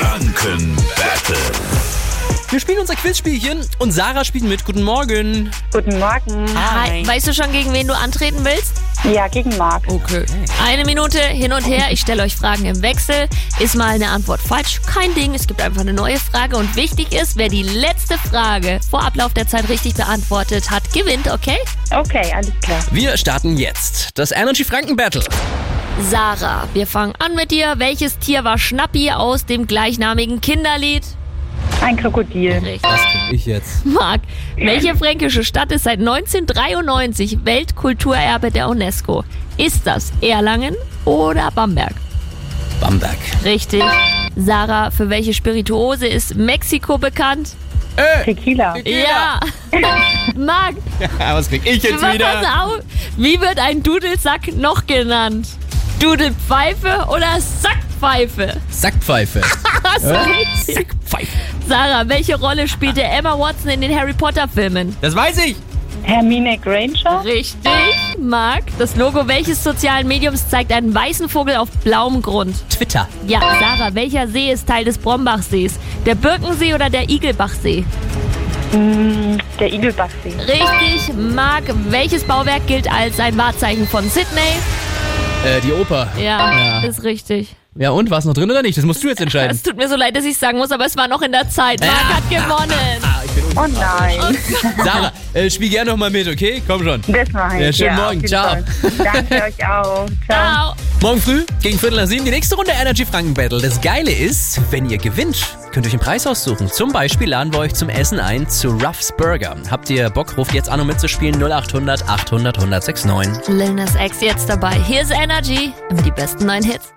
Franken Battle. Wir spielen unser Quizspielchen und Sarah spielt mit. Guten Morgen. Guten Morgen. Hi. Weißt du schon, gegen wen du antreten willst? Ja, gegen Marc. Okay. Eine Minute hin und her. Ich stelle euch Fragen im Wechsel. Ist mal eine Antwort falsch? Kein Ding. Es gibt einfach eine neue Frage. Und wichtig ist, wer die letzte Frage vor Ablauf der Zeit richtig beantwortet hat, gewinnt, okay? Okay, alles klar. Wir starten jetzt das Energy Franken Battle. Sarah, wir fangen an mit dir. Welches Tier war Schnappi aus dem gleichnamigen Kinderlied? Ein Krokodil. Das bin ich jetzt. Marc, welche fränkische Stadt ist seit 1993 Weltkulturerbe der UNESCO? Ist das Erlangen oder Bamberg? Bamberg. Richtig. Sarah, für welche Spirituose ist Mexiko bekannt? Tequila. Ja. Marc, Was krieg ich jetzt pass wieder? auf. Wie wird ein Dudelsack noch genannt? Dudelpfeife oder Sackpfeife? Sackpfeife. Was soll ich? Sackpfeife. Sarah, welche Rolle spielte Emma Watson in den Harry Potter Filmen? Das weiß ich. Hermine Granger. Richtig, Marc. Das Logo welches sozialen Mediums zeigt einen weißen Vogel auf blauem Grund? Twitter. Ja, Sarah, welcher See ist Teil des Brombachsees? Der Birkensee oder der Igelbachsee? Der Igelbachsee. Richtig, Marc. Welches Bauwerk gilt als ein Wahrzeichen von Sydney? Äh, die Oper. Ja, Ähm. ist richtig. Ja, und? War es noch drin oder nicht? Das musst du jetzt entscheiden. Es tut mir so leid, dass ich sagen muss, aber es war noch in der Zeit. Marc hat Ah, gewonnen. Oh nein. Sarah, äh, spiel gerne nochmal mit, okay? Komm schon. Das mache ich. Ja, schönen auf Morgen. jeden Ciao. Fall. Danke euch auch. Ciao. Ciao. Morgen früh gegen Viertel nach sieben die nächste Runde Energy Franken Battle. Das Geile ist, wenn ihr gewinnt, könnt ihr euch einen Preis aussuchen. Zum Beispiel laden wir euch zum Essen ein zu Ruff's Burger. Habt ihr Bock, ruft jetzt an, um mitzuspielen 0800 800 1069. Lil Nas X jetzt dabei. Here's Energy. Immer die besten neuen Hits.